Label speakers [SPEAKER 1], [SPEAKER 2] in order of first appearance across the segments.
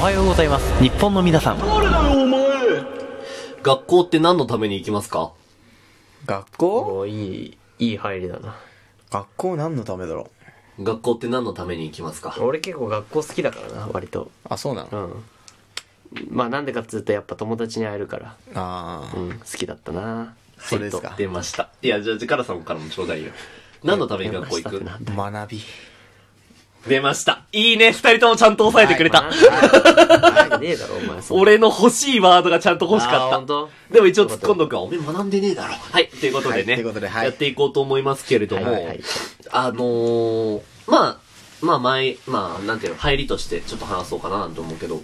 [SPEAKER 1] はようございます。日本の皆さん。
[SPEAKER 2] 学校って何のために行きますか
[SPEAKER 3] 学校
[SPEAKER 4] もういい、いい入りだな。
[SPEAKER 3] 学校何のためだろう
[SPEAKER 2] 学校って何のために行きますか
[SPEAKER 4] 俺結構学校好きだからな、割と。
[SPEAKER 3] あ、そうな
[SPEAKER 4] う
[SPEAKER 3] の、
[SPEAKER 4] ん。まあなんでかっつうとやっぱ友達に会えるから、
[SPEAKER 3] あ
[SPEAKER 4] うん、好きだったな。
[SPEAKER 3] それですか
[SPEAKER 2] 出ました。いや、じゃあ、ジカラさんからもちょうだいよ。何のために学校行
[SPEAKER 4] 出ましたってな
[SPEAKER 2] く
[SPEAKER 4] んだ
[SPEAKER 3] あ、学び。
[SPEAKER 2] 出ました。いいね、二人ともちゃんと押さえてくれた。
[SPEAKER 4] 学んでねえだろ、お前。そんな、
[SPEAKER 2] 俺の欲しいワードがちゃんと欲し
[SPEAKER 4] あー
[SPEAKER 2] か
[SPEAKER 4] ほ
[SPEAKER 2] っ
[SPEAKER 4] んと
[SPEAKER 2] た。でも一応突っ込んどくわ。お前学んでねえだろ。はい、ということでね。
[SPEAKER 3] はいということではい
[SPEAKER 2] やっていこうと思いますけれども、
[SPEAKER 4] はいはいはい
[SPEAKER 2] あのー、まあ、まあ前、まあ、なんていうの、入りとしてちょっと話そうかななんて思うけど、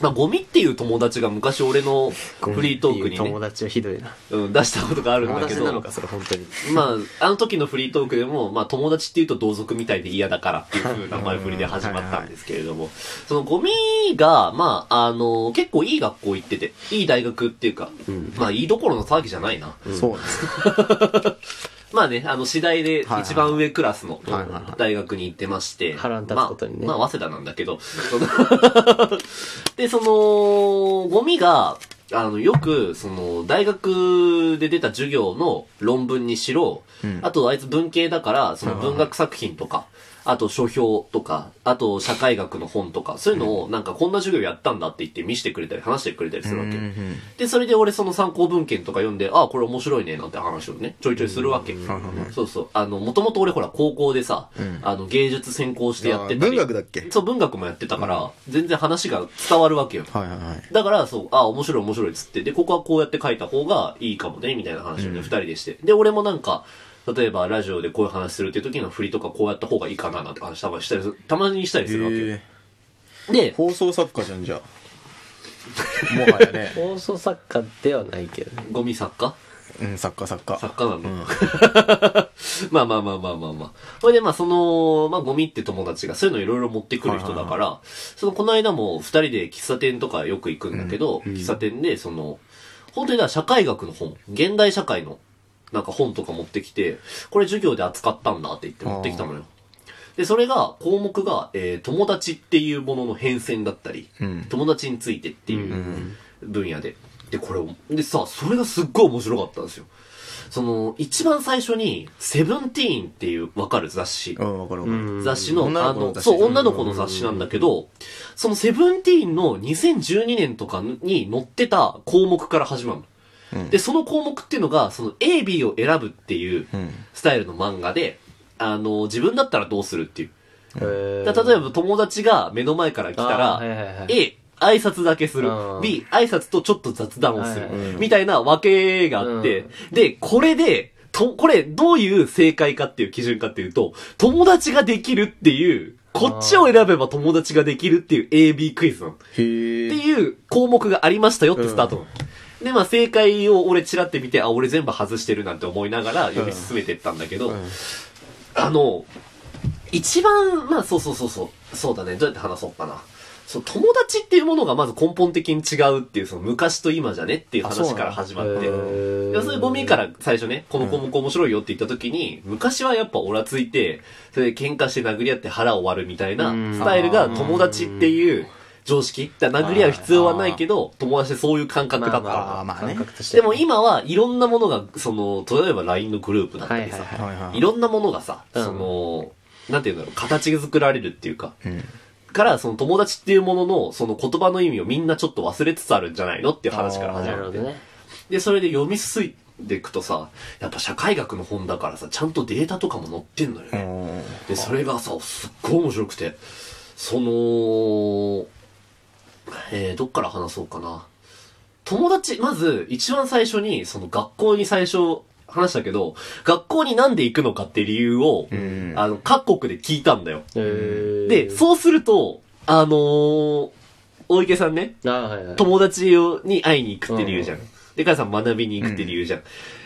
[SPEAKER 2] まあ、ゴミっていう友達が昔俺のフリートークに
[SPEAKER 4] 友
[SPEAKER 2] ね、
[SPEAKER 4] 達はひどいな。
[SPEAKER 2] うん、出したことがあるん
[SPEAKER 4] 友
[SPEAKER 2] だけ
[SPEAKER 4] 達なの
[SPEAKER 2] ど
[SPEAKER 4] か、、それ本当に。
[SPEAKER 2] まあ、あの時のフリートークでも、まあ、友達って言うと同族みたいで嫌だからっていう風な前振りで始まったんですけれども、そのゴミが、まあ、あの、結構いい学校行ってて、いい大学っていうか、まあ、いいどころの騒ぎじゃないな。
[SPEAKER 3] そうです。
[SPEAKER 2] まあね、あの、次第で
[SPEAKER 3] はいはい
[SPEAKER 2] 一番上クラスの
[SPEAKER 3] はいはいはい
[SPEAKER 2] 大学に行ってまして、
[SPEAKER 4] 波乱立つことにね
[SPEAKER 2] まあ、まあ、早稲田なんだけど、 そので、その、ゴミが、あの、よく、その、大学で出た授業の論文にしろ、あと、あいつ文系だから、その文学作品とか、あと書評とか、あと社会学の本とか、そういうのをなんかこんな授業やったんだって言って見せてくれたり話してくれたりするわけ。で、それで俺その参考文献とか読んで、ああ、これ面白いね、なんて話をね、ちょいちょいするわけ。そうそう。あの、もともと俺ほら高校でさ、あの芸術専攻してやってたり
[SPEAKER 3] あー文学だっけ
[SPEAKER 2] そう、文学もやってたから、全然話が伝わるわけよ。
[SPEAKER 3] はいはいはい。
[SPEAKER 2] だから、そう、あ、面白い面白いっつって、で、ここはこうやって書いた方がいいかもね、みたいな話をね、二、人でして。で、俺もなんか、例えばラジオでこういう話するっていう時の振りとかこうやった方がいいかななんて話たまにしたりする、たまにしたりするわけよ。
[SPEAKER 3] え
[SPEAKER 2] で、
[SPEAKER 3] 放送作家じゃん、じゃあ。 もはやね。
[SPEAKER 4] 放送作家ではないけどね。
[SPEAKER 2] ゴミ作家
[SPEAKER 3] うん、作家作家。
[SPEAKER 2] 作家なの、 まあまあまあまあまあまあ。それでまあその、まあゴミって友達がそういうのいろいろ持ってくる人だから、そのこの間も二人で喫茶店とかよく行くんだけど、喫茶店でその、本当にだから社会学の本、現代社会のなんか本とか持ってきて、これ授業で扱ったんだって言って持ってきたのよ。で、それが、項目が、えー友達っていうものの変遷だったり、
[SPEAKER 3] ん
[SPEAKER 2] 友達についてっていう分野で。で、これ、でさ、それがすっごい面白かったんですよ。その、一番最初に、セブンティーンっていう、わかる雑誌。
[SPEAKER 3] うん、わかるわかる。
[SPEAKER 2] 雑誌の、
[SPEAKER 3] 女の
[SPEAKER 2] あ
[SPEAKER 3] 子の
[SPEAKER 2] の、
[SPEAKER 3] 雑誌
[SPEAKER 2] そう、女の子の雑誌なんだけど、そのセブンティーンの2012年とかに載ってた項目から始まるの。で、その項目っていうのが、その A、B を選ぶっていうスタイルの漫画で、あの、自分だったらどうするっていう。
[SPEAKER 4] えー
[SPEAKER 2] だ例えば友達が目の前から来たら、
[SPEAKER 4] あーはいはいはい
[SPEAKER 2] A、挨拶だけする
[SPEAKER 4] うん。
[SPEAKER 2] B、挨拶とちょっと雑談をする
[SPEAKER 4] はいは。
[SPEAKER 2] みたいな分けがあって、で、これで、と、これ、どういう正解かっていう基準かっていうと、友達ができるっていう、こっちを選べば友達ができるっていう AB クイズなの。
[SPEAKER 3] へ
[SPEAKER 2] って
[SPEAKER 3] え。
[SPEAKER 2] いう項目がありましたよってスタートなの。で、まあ正解を俺チラって見て、あ、俺全部外してるなんて思いながら読み進めてったんだけど、あの、一番、まあそうそうそうそう、そうだね、どうやって話そうかな。そう、友達っていうものがまず根本的に違うっていう、その昔と今じゃねっていう
[SPEAKER 3] あそ
[SPEAKER 2] 話
[SPEAKER 3] うなの
[SPEAKER 2] から始まって。
[SPEAKER 4] へー
[SPEAKER 2] 要するにゴミから最初ね、この項目面白いよって言った時に、昔はやっぱオラついて、それで喧嘩して殴り合って腹を割るみたいなスタイルが友達っていう常識。だから殴り合う必要はないけど、友達ってそういう感覚だった
[SPEAKER 4] まあま
[SPEAKER 3] あーまあね
[SPEAKER 4] 感覚として
[SPEAKER 2] でも今はいろんなものが、その、例えば LINE のグループだったりさ、
[SPEAKER 4] はいはい
[SPEAKER 3] はいはい
[SPEAKER 2] ろんなものがさ、
[SPEAKER 4] うん
[SPEAKER 2] その、なんて言うんだろう、形作られるっていうか、から、その友達っていうものの、その言葉の意味をみんなちょっと忘れつつあるんじゃないのっていう話から始
[SPEAKER 4] なる
[SPEAKER 2] ま
[SPEAKER 4] ほ
[SPEAKER 2] って
[SPEAKER 4] ど。ね。
[SPEAKER 2] で、それで読み進んでいくとさ、やっぱ社会学の本だからさ、ちゃんとデータとかも載ってんのよね。
[SPEAKER 3] い。
[SPEAKER 2] で、それがさ、すっごい面白くて、その、えー、どっから話そうかな。友達、まず、一番最初に、その学校に最初、話したけど、学校になんで行くのかって理由を、
[SPEAKER 3] ん
[SPEAKER 2] あの、各国で聞いたんだよ。で、
[SPEAKER 4] で
[SPEAKER 2] そうすると、あのー、大池さんね、
[SPEAKER 4] あーはいはい。
[SPEAKER 2] 友達をに会いに行くって理由じゃん。で、母さん学びに行くって理由じゃん。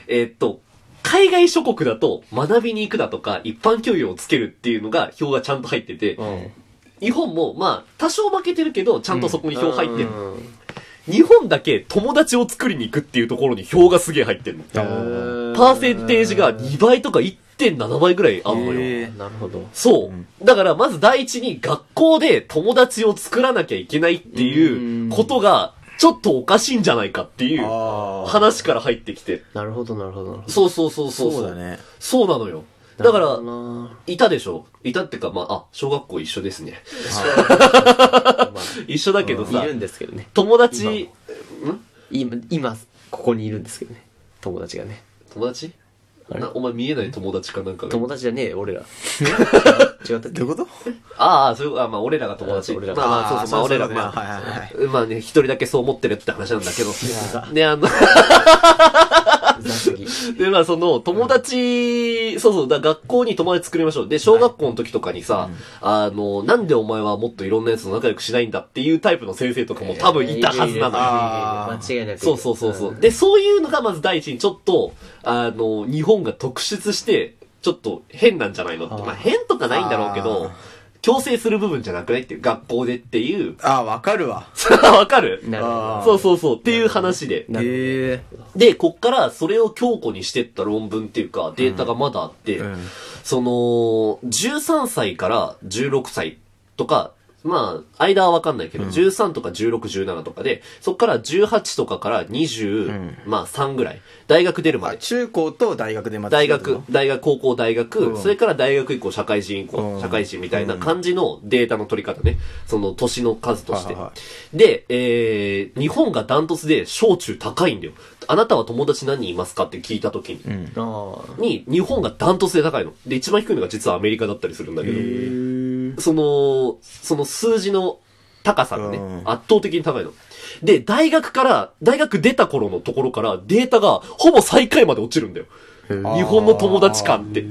[SPEAKER 2] えーっと、海外諸国だと学びに行くだとか一般教養をつけるっていうのが表がちゃんと入ってて、
[SPEAKER 4] うん。
[SPEAKER 2] 日本もまあ多少負けてるけどちゃんとそこに表入ってる。
[SPEAKER 4] うん
[SPEAKER 2] 日本だけ友達を作りに行くっていうところに票がすげえ入ってんの。
[SPEAKER 3] あー
[SPEAKER 2] パーセンテージが2倍とか1.7倍ぐらいあんのよ。
[SPEAKER 3] へー
[SPEAKER 4] なるほど。
[SPEAKER 2] そう。だから、まず第一に学校で友達を作らなきゃいけないっていうことが、ちょっとおかしいんじゃないかっていう
[SPEAKER 3] あー
[SPEAKER 2] 話から入ってきて。
[SPEAKER 4] なるほど、なるほど。なるほど
[SPEAKER 2] そうそうそうそう。
[SPEAKER 3] そうだ。ね。
[SPEAKER 2] そうなのよ。だか
[SPEAKER 4] なる
[SPEAKER 2] ら
[SPEAKER 4] ほ、どない
[SPEAKER 2] たでしょいたってか、まあ、あ、小学校一緒ですね。 一緒だけどさ
[SPEAKER 4] い、るんですけどね。
[SPEAKER 2] 友達、
[SPEAKER 4] 今、今、ここにいるんですけどね。友達がね。
[SPEAKER 2] 友達なお前見えない友達かなんかが
[SPEAKER 4] 友達じゃねえよ、 俺ら。違ったっけ
[SPEAKER 3] どういうこと
[SPEAKER 2] ああ、そういう、あまあ、俺らが友達。
[SPEAKER 4] あそう俺ら
[SPEAKER 2] まあまあ、そうそう、まあ、俺らが、
[SPEAKER 3] まあ、
[SPEAKER 2] ま
[SPEAKER 3] はいはいはい。
[SPEAKER 2] あ、まあね、一人だけそう思ってるって話なんだけど。で、あの、
[SPEAKER 4] うざすぎ。
[SPEAKER 2] で、まあ、その、友達、そうそう、だから学校に友達作りましょう。で、小学校の時とかにさ、あの、なんでお前はもっといろんなやつと仲良くしないんだっていうタイプの先生とかも多分いたはずなのよ。
[SPEAKER 3] あ
[SPEAKER 4] 間違いなくいる。
[SPEAKER 2] そうそうそうそう。で、そういうのがまず第一にちょっと、あの、日本が特出して、ちょっと変なんじゃないのって。まあ変とかないんだろうけど
[SPEAKER 3] あ、
[SPEAKER 2] 強制する部分じゃなくないっていう、学校でっていう。
[SPEAKER 3] あー、わかるわ。
[SPEAKER 2] それはわかる
[SPEAKER 4] なるほど。
[SPEAKER 3] あー
[SPEAKER 2] そうそうそう。っていう話で。
[SPEAKER 4] なる
[SPEAKER 3] へえ。
[SPEAKER 2] で、こっからそれを強固にしてった論文っていうか、データがまだあって、
[SPEAKER 3] うん
[SPEAKER 2] その、13歳から16歳とか、まあ、間はわかんないけど、13とか16、17とかで、そっから18とかから20、まあ3ぐらい。大学出るま
[SPEAKER 3] あ
[SPEAKER 2] で。
[SPEAKER 3] 中高と大学でまた
[SPEAKER 2] 大
[SPEAKER 3] 違うってこと
[SPEAKER 2] 学、大学、高校、大学、
[SPEAKER 3] ん
[SPEAKER 2] それから大学以降、社会人以降、
[SPEAKER 3] うん
[SPEAKER 2] 社会人みたいな感じのデータの取り方ね。その年の数として
[SPEAKER 3] はいは。
[SPEAKER 2] で、えー、日本がダントツで小中高いんだよ。あなたは友達何人いますかって聞いた時に。
[SPEAKER 4] ほど。あ
[SPEAKER 2] に、日本がダントツで高いの。で、一番低いのが実はアメリカだったりするんだけ
[SPEAKER 3] へ
[SPEAKER 2] ど、
[SPEAKER 3] ー
[SPEAKER 2] その、その数字の高さがね、
[SPEAKER 3] うん
[SPEAKER 2] 圧倒的に高いの。で、大学から、大学出た頃のところからデータがほぼ最下位まで落ちるんだよ。日本の友達感って。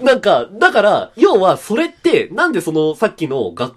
[SPEAKER 2] なんか、だから、要は、それって、なんでその、さっきの学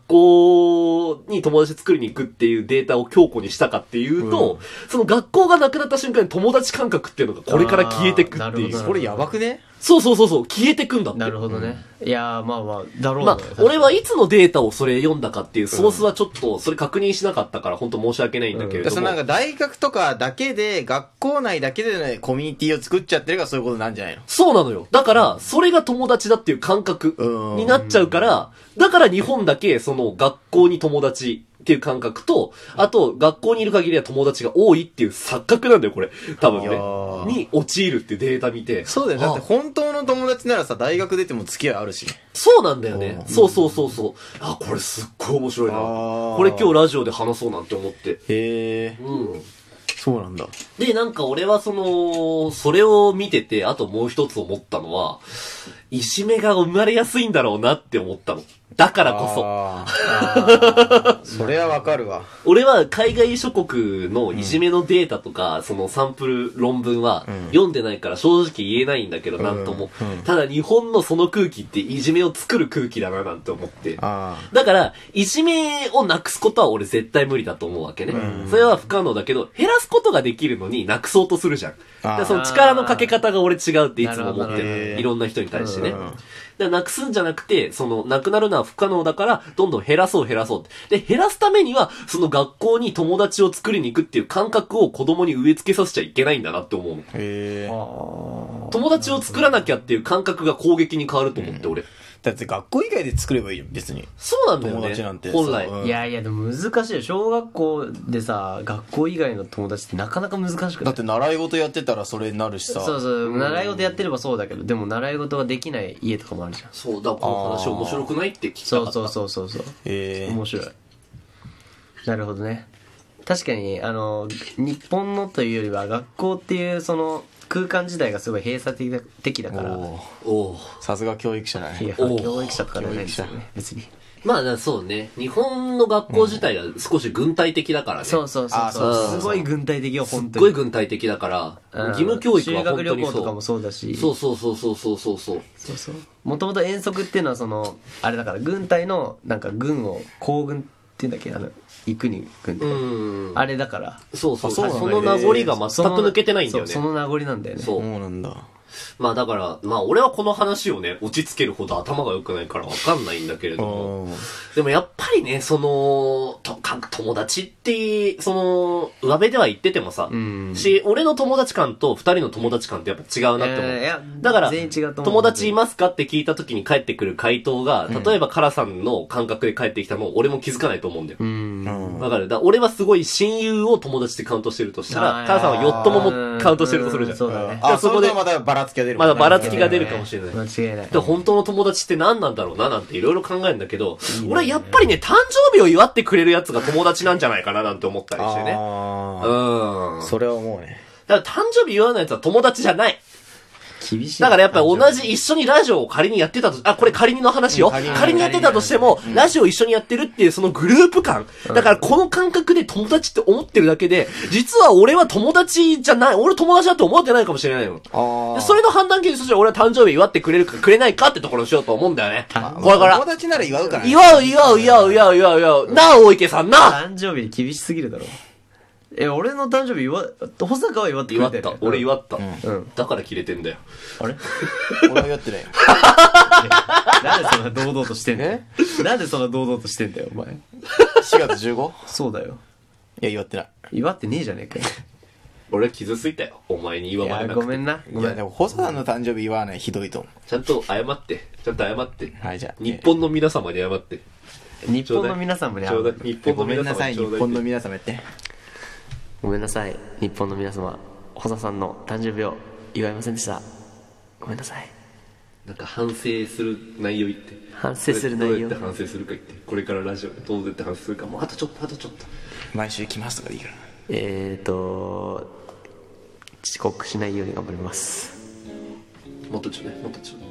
[SPEAKER 2] 校に友達作りに行くっていうデータを強固にしたかっていうと、その学校がなくなった瞬間に友達感覚っていうのがこれから消えてく
[SPEAKER 4] あーな
[SPEAKER 2] って
[SPEAKER 4] るほ
[SPEAKER 2] い
[SPEAKER 4] どなる。
[SPEAKER 2] う
[SPEAKER 3] これやばくね
[SPEAKER 2] そうそうそうそう、消えてくんだ
[SPEAKER 4] あ。
[SPEAKER 2] って。
[SPEAKER 4] なるほどね。いやー、まあまあ、だろう
[SPEAKER 2] まあ
[SPEAKER 4] ね、
[SPEAKER 2] 俺はいつのデータをそれ読んだかっていうソースはちょっと、それ確認しなかったから、本当申し訳ないんだけれど
[SPEAKER 3] そ
[SPEAKER 2] も。
[SPEAKER 3] のなんか大学とかだけで、学校内だけでね、コミュニティを作っちゃってるからそういうことなんじゃないの
[SPEAKER 2] そうなのよ。だから、それが友達だっていう感覚
[SPEAKER 3] うん
[SPEAKER 2] になっちゃうから、だから日本だけ、その、学校に友達っていう感覚と、あと、学校にいる限りは友達が多いっていう錯覚なんだよ、これ。多分
[SPEAKER 3] いやー
[SPEAKER 2] ね。に陥るっていうデータ見て。
[SPEAKER 3] そうだよ。だって
[SPEAKER 2] あ
[SPEAKER 3] 本当の友達ならさ、大学出ても付き合いあるし。
[SPEAKER 2] そうなんだよね
[SPEAKER 3] う。ん
[SPEAKER 2] そうそうそうそう。あ、これすっごい面白いな。
[SPEAKER 3] あー
[SPEAKER 2] これ今日ラジオで話そうなんて思って。
[SPEAKER 3] へえ。
[SPEAKER 2] うん。
[SPEAKER 3] そうなんだ。
[SPEAKER 2] で、なんか俺はその、それを見てて、あともう一つ思ったのは、いじめが生まれやすいんだろうなって思ったの。だからこそ。
[SPEAKER 3] あーあーそれはわかるわ。
[SPEAKER 2] 俺は海外諸国のいじめのデータとか、そのサンプル論文は読んでないから正直言えないんだけど、なんとも、ただ日本のその空気っていじめを作る空気だななんて思って。
[SPEAKER 3] あ
[SPEAKER 2] だから、いじめをなくすことは俺絶対無理だと思うわけね。それは不可能だけど、減らすことができるのになくそうとするじゃん。だからその力のかけ方が俺違うっていつも思っ
[SPEAKER 4] なるほど
[SPEAKER 2] てる。
[SPEAKER 3] ね
[SPEAKER 2] いろんな人に対してね。
[SPEAKER 3] う
[SPEAKER 2] だ
[SPEAKER 3] ん
[SPEAKER 2] からなくすんじゃなくて、その、なくなるのは不可能だから、どんどん減らそう減らそうって。で、減らすためには、その学校に友達を作りに行くっていう感覚を子供に植え付けさせちゃいけないんだなって思うの。
[SPEAKER 3] あ。へえ。
[SPEAKER 2] 友達を作らなきゃっていう感覚が攻撃に変わると思って、俺。
[SPEAKER 3] だって学校以外で作ればいいよ、別に。
[SPEAKER 2] そうなんだよね。
[SPEAKER 3] 友達なんて
[SPEAKER 2] 本来
[SPEAKER 3] そ。ううん
[SPEAKER 4] いやいや、でも難しいよ。小学校でさ、学校以外の友達ってなかなか難しくな
[SPEAKER 3] だ
[SPEAKER 4] い
[SPEAKER 3] って習い事やってたらそれになるしさ。
[SPEAKER 4] そうそう、習い事やってればそうだけど、でも習い事ができない家とかもあるじゃん。
[SPEAKER 2] そう、だからこの話面白くないって聞きたか
[SPEAKER 4] そ
[SPEAKER 2] っ
[SPEAKER 4] う
[SPEAKER 2] た。
[SPEAKER 4] そうそうそうそう。
[SPEAKER 3] へえ。
[SPEAKER 4] 面白い。なるほどね。確かに、あの、日本のというよりは、学校っていうその空間自体がすごい閉鎖的だ的だから、
[SPEAKER 3] おー
[SPEAKER 2] おう
[SPEAKER 3] さすが教育者だ
[SPEAKER 4] い
[SPEAKER 3] ね。
[SPEAKER 4] や、
[SPEAKER 2] おう
[SPEAKER 4] 教育者とかじゃないですよね、別に。
[SPEAKER 2] まあ、そうね。日本の学校自体が少し軍隊的だからね。
[SPEAKER 4] そうそうそう
[SPEAKER 3] あそう
[SPEAKER 2] そう
[SPEAKER 4] そ。
[SPEAKER 2] そうう
[SPEAKER 4] すごい軍隊的よ、本
[SPEAKER 2] すっ
[SPEAKER 4] 当
[SPEAKER 2] ごい
[SPEAKER 4] に。
[SPEAKER 2] 軍隊的だから、
[SPEAKER 4] うん
[SPEAKER 2] 義務教育は本当
[SPEAKER 4] 修学旅
[SPEAKER 2] に
[SPEAKER 4] 行とかも
[SPEAKER 2] そ
[SPEAKER 4] そうだし。
[SPEAKER 2] う。そうそうそうそうそうそうそう。
[SPEAKER 4] そうそうもともと遠足っていうのはそのあれだから軍隊のなんか軍を行軍っていうんだっけあの行くに軍って、
[SPEAKER 2] うん。
[SPEAKER 4] あれだから
[SPEAKER 2] そうそう。
[SPEAKER 3] あそう
[SPEAKER 2] そ
[SPEAKER 3] なんだ
[SPEAKER 2] の名残が全く抜けてないんだよね。
[SPEAKER 4] そうその名残なんだよね
[SPEAKER 2] そ。
[SPEAKER 3] そううなんだ。
[SPEAKER 2] まあだから、まあ俺はこの話をね、落ち着けるほど頭が良くないからわかんないんだけれども。
[SPEAKER 3] うん
[SPEAKER 2] でもやっぱりね、その、とか、友達って、その、上辺では言っててもさ、
[SPEAKER 4] ん
[SPEAKER 2] し、俺の友達感と二人の友達感ってやっぱ違うなって思う。
[SPEAKER 4] いや
[SPEAKER 2] だから、
[SPEAKER 4] 全員違うと思う
[SPEAKER 2] 友達いますかって聞いた時に返ってくる回答が、例えばカラさんの感覚で返ってきたのを俺も気づかないと思うんだよ。
[SPEAKER 4] うん
[SPEAKER 3] うん
[SPEAKER 2] わかるだから俺はすごい親友を友達でカウントしてるとしたら、カラさんはよっとももカウントしてるとするじゃん。
[SPEAKER 4] そうだね
[SPEAKER 2] じゃ
[SPEAKER 3] あ、
[SPEAKER 2] あそ
[SPEAKER 3] そ
[SPEAKER 2] こ
[SPEAKER 3] こ
[SPEAKER 2] で
[SPEAKER 3] でまだばらつきが出るも
[SPEAKER 2] ま
[SPEAKER 3] ん
[SPEAKER 2] だ
[SPEAKER 3] ね。
[SPEAKER 2] ばらつきが出るかもしれない。
[SPEAKER 4] 間違いない
[SPEAKER 2] で本当の友達って何なんだろうななんていろいろ考えるんだけど、俺はやっぱりね、誕生日を祝ってくれるやつが友達なんじゃないかななんて思ったりしてね。うん。
[SPEAKER 3] あ
[SPEAKER 2] だ
[SPEAKER 3] あ。
[SPEAKER 2] か
[SPEAKER 3] それは思うね。
[SPEAKER 2] ら誕生日祝わないやつは友達じゃない。
[SPEAKER 4] 厳しい
[SPEAKER 2] だからやっぱり同じ一緒にラジオを仮にやってたと、あ、これ仮にの話よ。
[SPEAKER 3] 仮に
[SPEAKER 2] 仮にやってたとしても、ラジオを一緒にやってるっていうそのグループ感。だからこの感覚で友達って思ってるだけで、実は俺は友達じゃない、俺友達だと思ってないかもしれないの。で
[SPEAKER 3] あ
[SPEAKER 2] それの判断基準として俺は誕生日祝ってくれるかくれないかってところにしようと思うんだよね。これか
[SPEAKER 3] 友
[SPEAKER 2] ら。
[SPEAKER 3] 達なら祝うからね。
[SPEAKER 2] 祝う祝う祝う祝う祝う祝う。なあ、大池さんな
[SPEAKER 4] 誕生日に厳しすぎるだろえ俺の誕生日祝保坂は祝ってく
[SPEAKER 2] 祝
[SPEAKER 4] れ
[SPEAKER 2] ってた。俺
[SPEAKER 4] っ
[SPEAKER 2] 祝った。
[SPEAKER 4] うん
[SPEAKER 2] だから切れてんだよ。
[SPEAKER 4] あれ
[SPEAKER 3] 俺は祝ってないよ。
[SPEAKER 4] なんでそんな堂々としてんだよ
[SPEAKER 3] え
[SPEAKER 4] なんでそんな堂々としてんだよお前
[SPEAKER 3] 4月 15?
[SPEAKER 4] そうだよ
[SPEAKER 3] いや、祝ってない。
[SPEAKER 4] 祝ってねえじゃねえかよ
[SPEAKER 2] 俺は傷ついたよ。お前に 祝
[SPEAKER 4] い
[SPEAKER 2] われ
[SPEAKER 4] や
[SPEAKER 2] な
[SPEAKER 4] ご
[SPEAKER 2] くて。
[SPEAKER 4] めんなご
[SPEAKER 3] い
[SPEAKER 4] め
[SPEAKER 3] や、
[SPEAKER 4] ん
[SPEAKER 3] でも、細田の誕生日祝わない、ひどいと思
[SPEAKER 2] ちゃんと謝って。ちゃんと謝って。
[SPEAKER 3] う。はい、じゃあ。
[SPEAKER 2] 日本の皆様に謝って。
[SPEAKER 4] 日本の皆さんもね
[SPEAKER 2] ちょうだい。日
[SPEAKER 3] え
[SPEAKER 2] 本
[SPEAKER 3] ご
[SPEAKER 2] の
[SPEAKER 3] めん
[SPEAKER 2] 皆
[SPEAKER 3] な
[SPEAKER 2] 様
[SPEAKER 3] さい、
[SPEAKER 2] に
[SPEAKER 3] 日
[SPEAKER 2] ちょうだい。
[SPEAKER 3] 本の皆様やって。
[SPEAKER 4] ごめんなさい日本の皆様保坂さんの誕生日を祝いませんでしたごめんなさい
[SPEAKER 2] なんか反省する内容言って。
[SPEAKER 4] 反省する内容
[SPEAKER 2] どうやって反省するか言って。これからラジオでどうやって反省するか。もうあとちょっと、あとちょっと。
[SPEAKER 3] 毎週来ますとかでいいから。
[SPEAKER 4] えーと遅刻しないように頑張ります
[SPEAKER 2] もっとちょうだい。もっとちょうだい。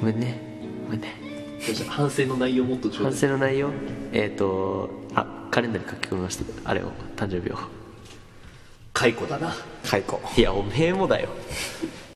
[SPEAKER 4] ごめんねごめんね
[SPEAKER 2] じゃあ反省の内容もっとちょう
[SPEAKER 4] 反
[SPEAKER 2] だい。
[SPEAKER 4] 省の内容えーとあカレンダーに書き込みましたあれを誕生日を
[SPEAKER 2] 解雇だな。
[SPEAKER 3] 解雇。
[SPEAKER 4] いやおめえもだよ